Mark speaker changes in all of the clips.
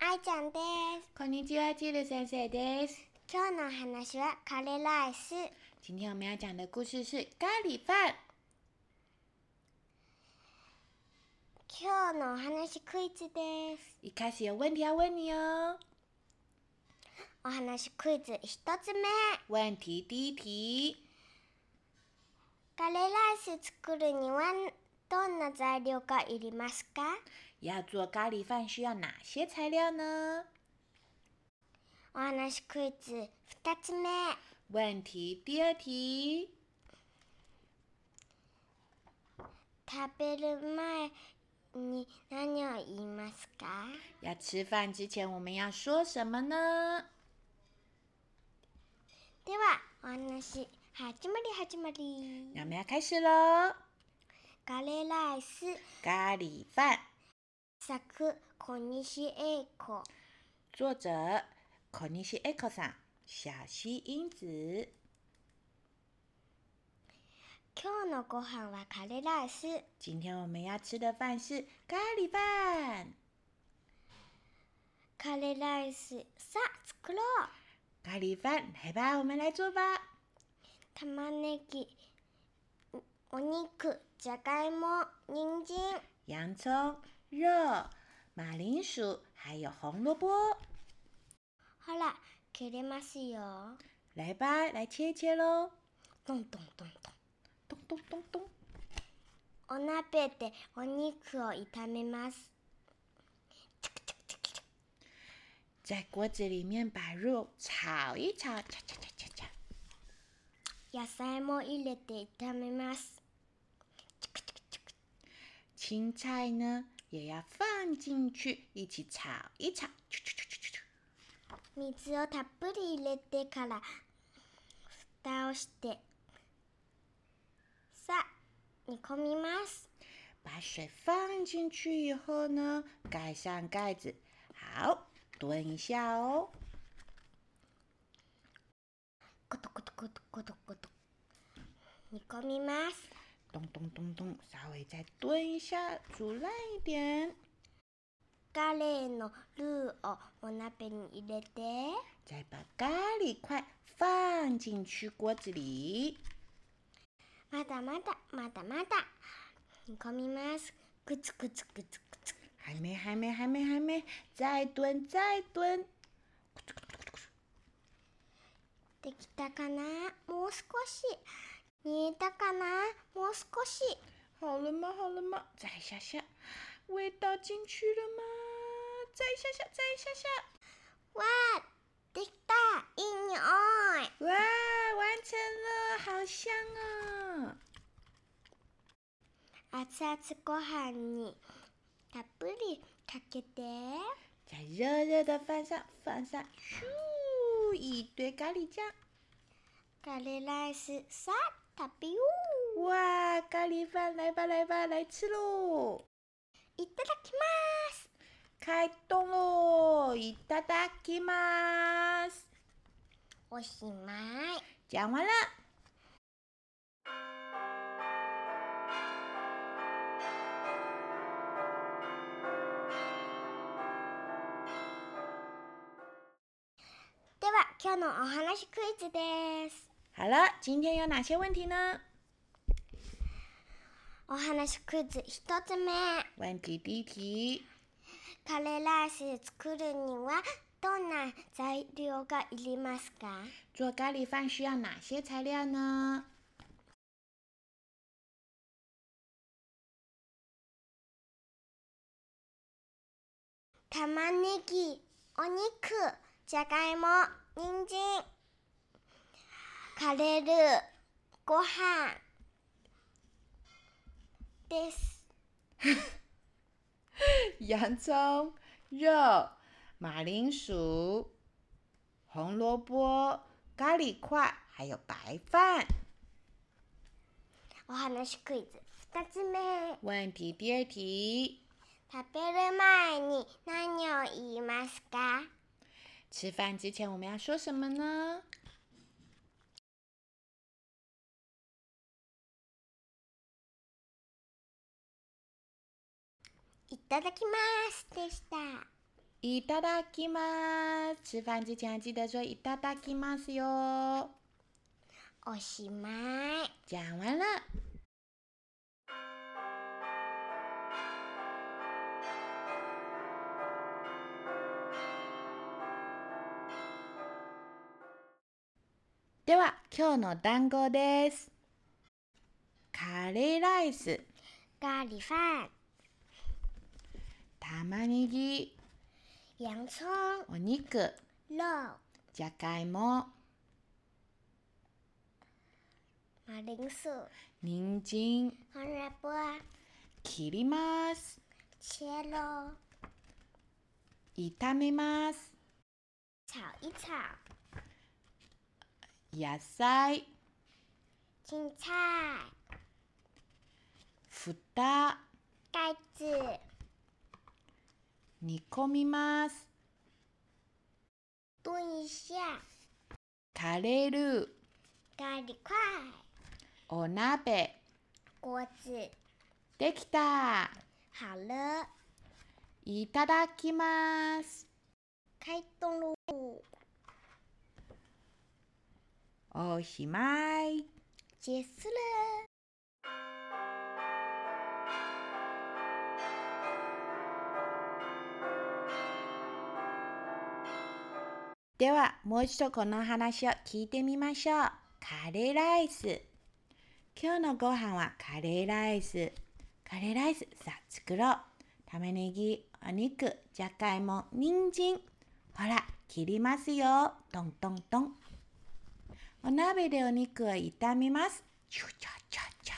Speaker 1: あいちゃんです。
Speaker 2: こんにちは，チル先生です。
Speaker 1: 今日の話はカレーライス。
Speaker 2: 今天我们要讲的故事是咖喱饭。
Speaker 1: 今日のお話クイズです。
Speaker 2: 一开始有问题要问你哦。
Speaker 1: お話クイズ一つ目。
Speaker 2: 问题第一题，
Speaker 1: カレーライス作るにはどんな材料がいりますか
Speaker 2: 要做咖喱饭需要哪些材料呢？
Speaker 1: お話クイズ二つ目。
Speaker 2: 问题第二题，
Speaker 1: 食べる前に何を言いますか
Speaker 2: 要吃饭之前我们要说什么呢？
Speaker 1: では、お話始まり始
Speaker 2: 那
Speaker 1: ま
Speaker 2: 我
Speaker 1: り。
Speaker 2: 们要开始喽！
Speaker 1: カレーライス
Speaker 2: 咖喱饭，
Speaker 1: 作小西英子。
Speaker 2: 作者 Konishi Eko さん，小西英子。
Speaker 1: 今日のご飯はカレーライス。
Speaker 2: 今天我们要吃的饭是咖喱饭。
Speaker 1: カレーライスさあ作ろう
Speaker 2: 咖喱饭，来吧，我们来做吧。
Speaker 1: 玉ねぎお肉じゃがいも人参
Speaker 2: 洋葱、肉、马铃薯，还有红萝卜。
Speaker 1: ほら切れますよ
Speaker 2: 来吧，来切一切喽！
Speaker 1: トントントント
Speaker 2: 咚咚咚咚。
Speaker 1: ンお鍋でお肉を炒めます
Speaker 2: 在锅子里面把肉炒一炒，炒炒炒炒炒。
Speaker 1: 野菜も入れて炒めます
Speaker 2: 青菜呢也要放进去，一起炒一炒。啾啾啾啾啾
Speaker 1: 水をたっぷり入れてから蓋をしてさあ煮込みます
Speaker 2: 把水放进去以后呢，盖上盖子，好，炖一下哦。
Speaker 1: コトコトコトコトコト煮込みます
Speaker 2: 咚咚咚咚，稍微再炖一下，煮烂一点，
Speaker 1: カレーのルーをお鍋に入れて
Speaker 2: 再把咖喱块放进去锅子里。
Speaker 1: まだまだまだまだ煮込みますくつくつくつくつ
Speaker 2: 还没，还没，还没，还没，再炖，再炖。
Speaker 1: できたかなもう少し煮えたかなもう少し
Speaker 2: 好了吗？好了吗？再下下，味道进去了吗？再下下，再下下。
Speaker 1: わあできたいい匂い
Speaker 2: 哇，完成了，好香啊！
Speaker 1: 熱々ご飯にたっぷりかけて
Speaker 2: 在热热的饭上放上咻一堆咖喱酱，
Speaker 1: カレーライスさあ食べよう
Speaker 2: 哇，咖喱饭来吧来吧来吃喽！
Speaker 1: いただきます
Speaker 2: 开动喽！いただきます。
Speaker 1: おしまい
Speaker 2: 讲完了。
Speaker 1: では今日のお話クイズです
Speaker 2: 好了，今天有哪些问题呢？
Speaker 1: お話クイズ一つ目
Speaker 2: 问题第一题，
Speaker 1: カレーライス作るにはどんな材料がいりますか
Speaker 2: 做咖喱饭需要哪些材料呢？
Speaker 1: 玉ねぎお肉じゃがいも人参カレールーご飯です
Speaker 2: 洋葱、肉、马铃薯、红萝卜、咖喱块，还有白饭。
Speaker 1: お話クイズ2つ目
Speaker 2: 问题第二题：
Speaker 1: 食べる前に何を言いますか
Speaker 2: 吃饭之前我们要说什么呢？
Speaker 1: いただきますでした
Speaker 2: いただきます。吃饭之前要记得说いただきます哟。
Speaker 1: おしまい
Speaker 2: 讲完了。では、今日の単語です。カレーライス、
Speaker 1: 咖喱饭
Speaker 2: 玉ねぎ、
Speaker 1: 洋葱
Speaker 2: お肉、
Speaker 1: 肉
Speaker 2: じゃがいも、
Speaker 1: 马铃薯
Speaker 2: 人参、
Speaker 1: 红萝卜
Speaker 2: 切ります。
Speaker 1: 切肉
Speaker 2: 炒めます。
Speaker 1: 炒一炒
Speaker 2: 野菜、
Speaker 1: 青菜
Speaker 2: 蓋、
Speaker 1: 盖子
Speaker 2: 煮込みます。
Speaker 1: 炖一下
Speaker 2: カレールー、
Speaker 1: 咖喱块
Speaker 2: お鍋、
Speaker 1: 锅子
Speaker 2: できた。
Speaker 1: 好了
Speaker 2: いただきます。
Speaker 1: 开动喽
Speaker 2: おしまい。
Speaker 1: 结束了。
Speaker 2: では、もう一度この話を聞いてみましょう。カレーライス。今日のご飯はカレーライス。カレーライス、さあ作ろう。玉ねぎ、お肉、じゃがいも、人参。ほら、切りますよ。トントントン。お鍋でお肉を炒めます。チュチャチャチャ。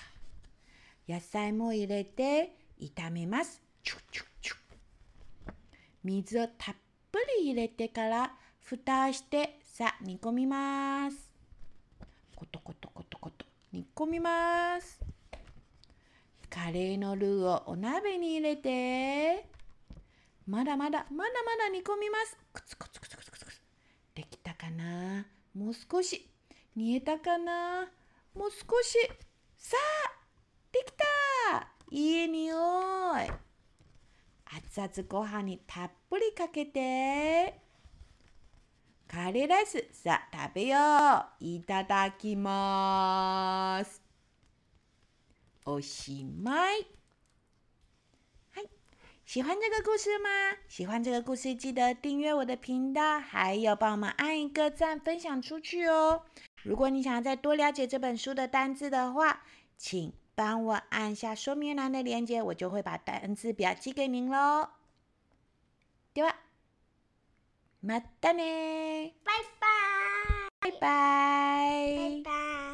Speaker 2: 野菜も入れて炒めます。チュチュチュ。水をたっぷり入れてから蓋をしてさあ煮込みますコトコトコトコト煮込みますカレーのルーをお鍋に入れてまだまだまだまだ煮込みますクツクツクツクツクツクツできたかなもう少し煮えたかなもう少しさあできたいい匂い熱々ご飯にたっぷりかけてカレーライスさあ食べよういただきますおしまいはい喜欢这个故事吗？喜欢这个故事，记得订阅我的频道，还有帮我们按一个赞，分享出去哦。如果你想要再多了解这本书的单字的话，请帮我按下说明栏的链接，我就会把单字表寄给您喽。では、またね，
Speaker 1: 拜拜，
Speaker 2: 拜拜，
Speaker 1: 拜拜。